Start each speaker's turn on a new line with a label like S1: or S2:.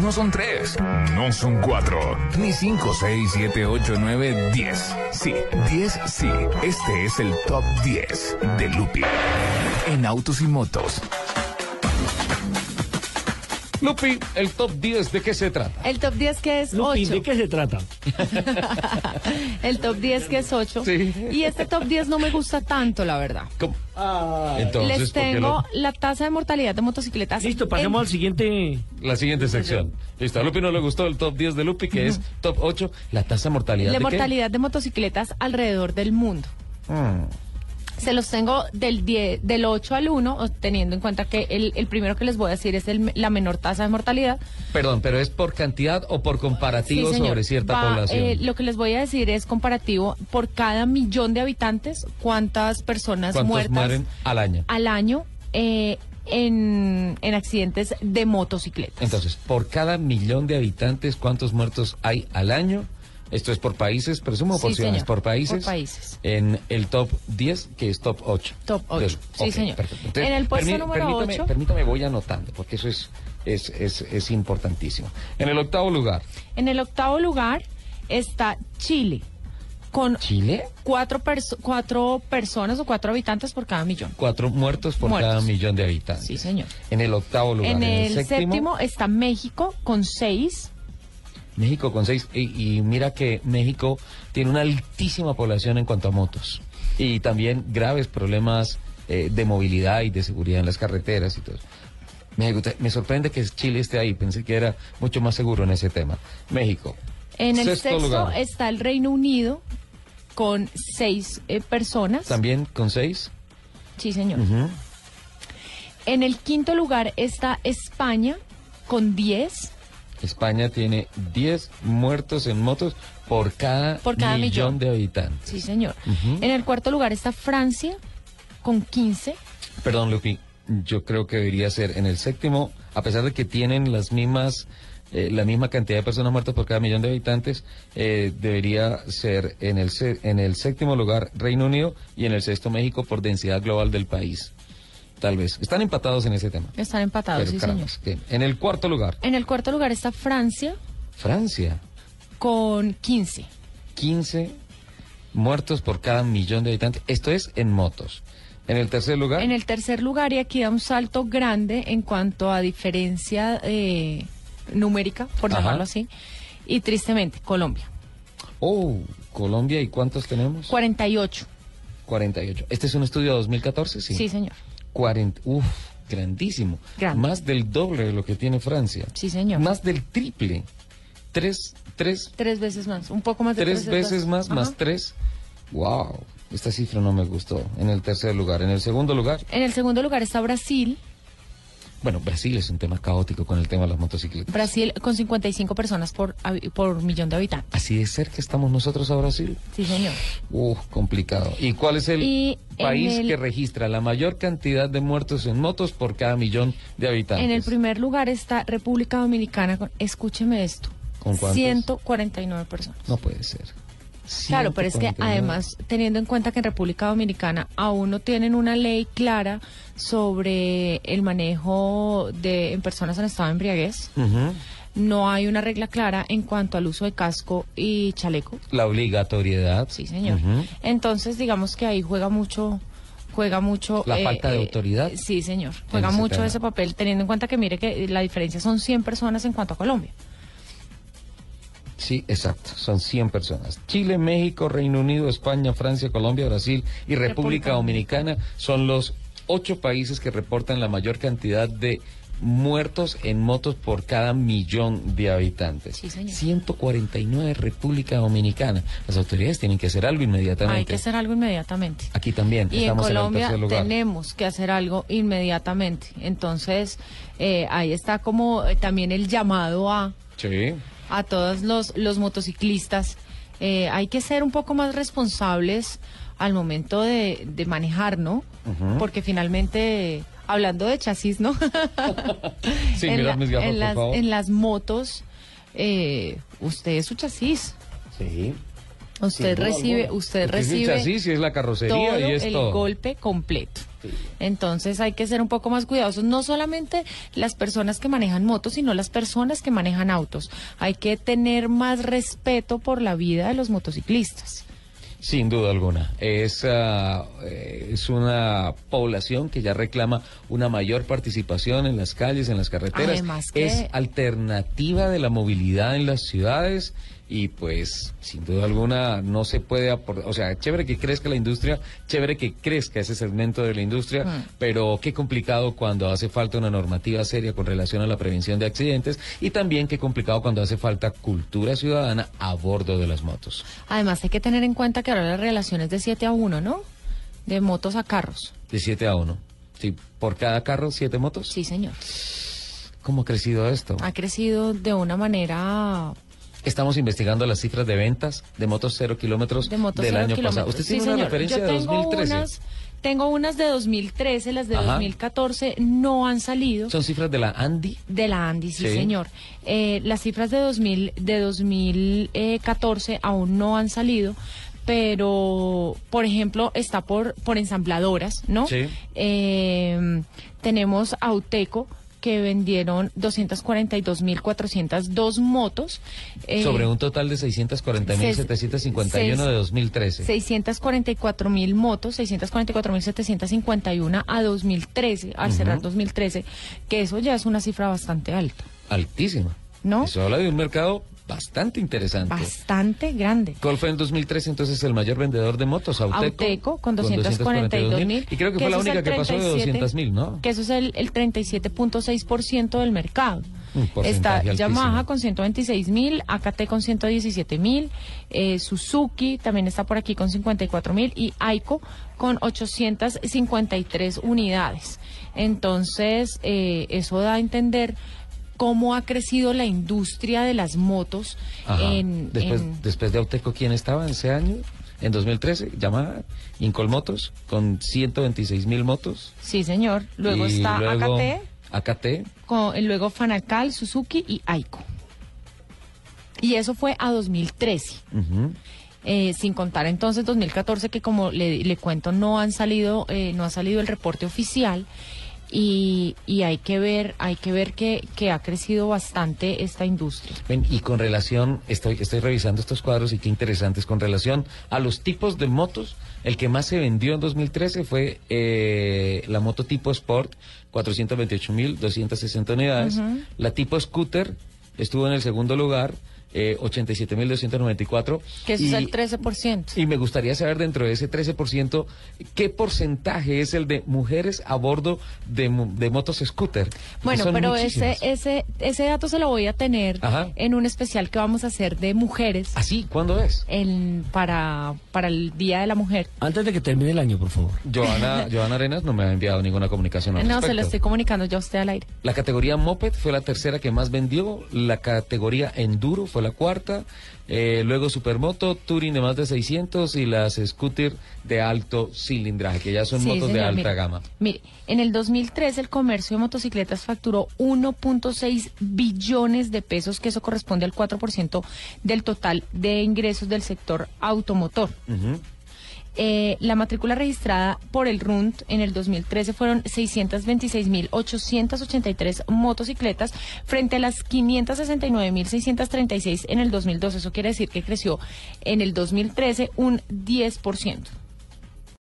S1: no son tres, no son cuatro, ni cinco, seis, siete, ocho, nueve, diez. Sí, diez, sí. Este es el top 10 de Lupi en autos y motos.
S2: Lupi, el top 10, ¿de qué se trata?
S3: El top 10 que es
S4: Lupi,
S3: 8.
S4: ¿de qué se trata?
S3: El top 10 que es 8.
S2: Sí.
S3: Y este top 10 no me gusta tanto, la verdad.
S2: ¿Cómo? Entonces,
S3: Les
S2: ¿por qué
S3: tengo la tasa de mortalidad de motocicletas.
S4: Listo,
S3: en-
S4: pasemos al siguiente.
S2: lo- la siguiente sección. Listo, a Lupi no le gustó el top 10 de Lupi, que es top 8, la tasa de mortalidad. ¿de
S3: la
S2: qué?
S3: mortalidad de motocicletas alrededor del mundo.
S2: Mm.
S3: Se los tengo del, 10, del 8 al 1, o- teniendo en cuenta que el, el primero que les voy a decir es el- la menor tasa de mortalidad.
S2: Perdón, pero ¿es por cantidad o por comparativo
S3: Sí, señor.
S2: sobre cierta
S3: Va,
S2: población?
S3: eh, lo que les voy a decir es comparativo por cada millón de habitantes, cuántas personas
S2: ¿Cuántos
S3: muertas
S2: mueren al año?
S3: al año eh, en, en accidentes de motocicletas.
S2: Entonces, por cada millón de habitantes, ¿cuántos muertos hay al año? Esto es por países, presumo, o
S3: Sí,
S2: por ciudades,
S3: señor,
S2: por países.
S3: por países.
S2: En el top 10, que es top 8.
S3: Top ocho, sí, señor. En el puesto número
S2: permítame,
S3: ocho-
S2: Permítame, voy anotando, porque eso es, es, es, es importantísimo. En el octavo lugar,
S3: En el octavo lugar está Chile, con
S2: Chile.
S3: cuatro, perso- cuatro personas o cuatro habitantes por cada millón.
S2: Cuatro muertos por
S3: Muertos.
S2: cada millón de habitantes.
S3: Sí, señor.
S2: En el octavo lugar.
S3: En el séptimo está México, con seis.
S2: México con seis. Y, y mira que México tiene una altísima población en cuanto a motos. Y también graves problemas eh, de movilidad y de seguridad en las carreteras y todo. eso. México, te- me sorprende que Chile esté ahí. Pensé que era mucho más seguro en ese tema. México.
S3: En el
S2: Sexto
S3: sexto
S2: lugar.
S3: está el Reino Unido, con seis eh, personas.
S2: También con seis.
S3: Sí, señor. En el quinto lugar está España, con diez.
S2: España tiene 10 muertos en motos por cada,
S3: Por cada millón.
S2: de habitantes.
S3: Sí, señor.
S2: Ujú.
S3: En el cuarto lugar está Francia con 15.
S2: Perdón, Lupi, yo creo que debería ser en el séptimo, a pesar de que tienen las mismas, eh, la misma cantidad de personas muertas por cada millón de habitantes, eh, debería ser en el, se- en el séptimo lugar Reino Unido y en el sexto México por densidad global del país. Tal vez. Están empatados en ese tema.
S3: Están empatados,
S2: Pero
S3: Ah, sí,
S2: caramba,
S3: señor.
S2: bien. En el cuarto lugar,
S3: En el cuarto lugar está Francia
S2: Francia.
S3: con 15.
S2: 15 muertos por cada millón de habitantes. Esto es en motos. En el tercer lugar,
S3: En el tercer lugar, y aquí da un salto grande en cuanto a diferencia eh, numérica, por
S2: Ajá.
S3: llamarlo así, y tristemente, Colombia,
S2: oh, Colombia, ¿y cuántos tenemos?
S3: 48.
S2: 48. Este es un estudio de 2014, sí.
S3: Sí, señor.
S2: 40, uf, grandísimo.
S3: Grande.
S2: Más del doble de lo que tiene Francia.
S3: Sí, señor.
S2: Más del triple. Tres, tres,
S3: Tres veces más, un poco más de
S2: tres veces más,
S3: Ajá.
S2: más tres. Wow, esta cifra no me gustó. En el tercer lugar. En el segundo lugar,
S3: En el segundo lugar está Brasil,
S2: bueno, Brasil es un tema caótico con el tema de las motocicletas.
S3: Brasil con 55 personas por, habi- por millón de habitantes.
S2: Así de cerca estamos nosotros a Brasil.
S3: Sí, señor.
S2: Uf, complicado. ¿Y cuál es el
S3: Y en
S2: país
S3: el-
S2: que registra la mayor cantidad de muertos en motos por cada millón de habitantes?
S3: En el primer lugar está República Dominicana, con, escúcheme esto,
S2: ¿Con cuántos?
S3: 149 personas.
S2: No puede ser.
S3: Claro, pero es que
S2: 149.
S3: además, teniendo en cuenta que en República Dominicana aún no tienen una ley clara sobre el manejo de en personas en estado de embriaguez,
S2: Ujú.
S3: no hay una regla clara en cuanto al uso de casco y chaleco.
S2: La obligatoriedad.
S3: Sí, señor.
S2: Ujú.
S3: Entonces, digamos que ahí juega mucho juega mucho eh,
S2: La falta de autoridad.
S3: Sí, señor. Juega
S2: ese
S3: mucho
S2: tema.
S3: ese papel teniendo en cuenta que mire que la diferencia son 100 personas en cuanto a Colombia.
S2: Sí, exacto. Son 100 personas. Chile, México, Reino Unido, España, Francia, Colombia, Brasil y República
S3: República
S2: Dominicana son los ocho países que reportan la mayor cantidad de muertos en motos por cada millón de habitantes.
S3: Sí, señor.
S2: 149 República Dominicana. Las autoridades tienen que hacer algo inmediatamente.
S3: Hay que hacer algo inmediatamente.
S2: Aquí también
S3: Y en
S2: estamos
S3: Colombia
S2: en el tercer lugar.
S3: tenemos que hacer algo inmediatamente. Entonces, eh, ahí está como eh, también el llamado a,
S2: Sí.
S3: a todos los, los motociclistas. Eh, hay que ser un poco más responsables al momento de, de manejar, ¿no? Porque finalmente, hablando de chasis, ¿no?
S2: Sí, mirad mis gafas,
S3: en
S2: por
S3: las,
S2: favor.
S3: en las motos, eh, usted es su chasis.
S2: Sí.
S3: Usted recibe, usted
S2: Porque es el
S3: recibe
S2: chasis y es la carrocería
S3: todo
S2: y es
S3: el
S2: todo.
S3: golpe completo. Entonces hay que ser un poco más cuidadosos, no solamente las personas que manejan motos, sino las personas que manejan autos. Hay que tener más respeto por la vida de los motociclistas.
S2: Sin duda alguna. Es, ah, eh, es una población que ya reclama una mayor participación en las calles, en las carreteras.
S3: Además que-
S2: Es alternativa de la movilidad en las ciudades y pues sin duda alguna no se puede aportar. O sea, chévere que crezca la industria, chévere que crezca ese segmento de la industria, pero qué complicado cuando hace falta una normativa seria con relación a la prevención de accidentes y también qué complicado cuando hace falta cultura ciudadana a bordo de las motos.
S3: Además hay que tener en cuenta que ahora la relación es de 7 a 1, ¿no? De motos a carros.
S2: De 7 a 1. Sí, por cada carro, 7 motos.
S3: Sí, señor.
S2: ¿Cómo ha crecido esto?
S3: Ha crecido de una manera...
S2: Estamos investigando las cifras de ventas de motos 0 kilómetros
S3: De motos
S2: del
S3: cero
S2: año
S3: kilómetros.
S2: pasado. Usted
S3: Sí,
S2: tiene una
S3: señor.
S2: referencia
S3: Yo
S2: de
S3: tengo
S2: 2013.
S3: Unas, tengo unas de 2013, las de
S2: Ajá.
S3: 2014 no han salido.
S2: Son cifras de la Andy.
S3: De la Andy, sí,
S2: Sí.
S3: señor. Eh, las cifras de 2000, de 2014 aún no han salido, pero, por ejemplo, está por, por ensambladoras, ¿no?
S2: Sí.
S3: Eh, tenemos Auteco que vendieron 242.402 motos. eh,
S2: sobre un total de 640.751 de 2013.
S3: 644 mil motos, 644 mil 751 a 2013, al cerrar 2013, que eso ya es una cifra bastante alta.
S2: Altísima.
S3: ¿No?
S2: Eso habla de un mercado bastante interesante.
S3: bastante grande.
S2: ¿Cuál fue en 2013 entonces el mayor vendedor de motos? Auteco.
S3: Auteco con 242 mil.
S2: Y creo que, fue la única que pasó de 200 mil, ¿no?
S3: Que eso es el, el 37.6% del mercado.
S2: Un porcentaje
S3: Está
S2: altísimo.
S3: Yamaha con 126 mil, AKT con 117 mil, eh, Suzuki también está por aquí con 54 mil y Aiko con 853 unidades. Entonces, eh, eso da a entender cómo ha crecido la industria de las motos
S2: Ajá.
S3: en-
S2: después,
S3: en,
S2: después de Auteco, ¿quién estaba en ese año? En 2013, llamada Incolmotos, con 126 mil motos.
S3: Sí, señor. Luego
S2: Y
S3: está
S2: luego
S3: AKT,
S2: AKT,
S3: con- eh, luego Fanacal, Suzuki y Aiko. Y eso fue a 2013.
S2: ujú,
S3: eh, sin contar entonces 2014 que como le, le cuento no han salido eh, no ha salido el reporte oficial y, y hay que ver hay que ver que, que ha crecido bastante esta industria
S2: Ven, y con relación, estoy, estoy revisando estos cuadros y qué interesantes, con relación a los tipos de motos, el que más se vendió en 2013 fue eh, la moto tipo Sport, 428.260 unidades, la tipo Scooter estuvo en el segundo lugar, eh, 87.294.
S3: que eso
S2: y-
S3: es el 13%
S2: Y me gustaría saber dentro de ese 13%, ¿qué porcentaje es el de mujeres a bordo de, mo- de motos scooter? Porque
S3: Bueno,
S2: son
S3: pero ese,
S2: muchísimas.
S3: ese, ese dato se lo voy a tener
S2: Ajá.
S3: en un especial que vamos a hacer de mujeres
S2: ¿Así? ¿Ah, ¿Cuándo
S3: Eh.
S2: es?
S3: en, para, para el Día de la Mujer.
S4: Antes de que termine el año, por favor.
S2: Joana, Joana Arenas no me ha enviado ninguna comunicación al
S3: No, se lo
S2: respecto.
S3: estoy comunicando yo a usted al aire.
S2: La categoría Moped fue la tercera que más vendió, la categoría Enduro fue la cuarta, eh, luego Supermoto, Touring de más de 600 y las Scooter de alto cilindraje, que ya son
S3: Sí,
S2: motos de
S3: señor,
S2: alta
S3: mire,
S2: gama.
S3: Mire, en el 2003 el comercio de motocicletas facturó 1.6 billones de pesos, que eso corresponde al 4% del total de ingresos del sector automotor.
S2: Ujú.
S3: Eh, la matrícula registrada por el RUNT en el 2013 fueron 626.883 motocicletas frente a las 569.636 en el 2012. Eso quiere decir que creció en el 2013 un 10%.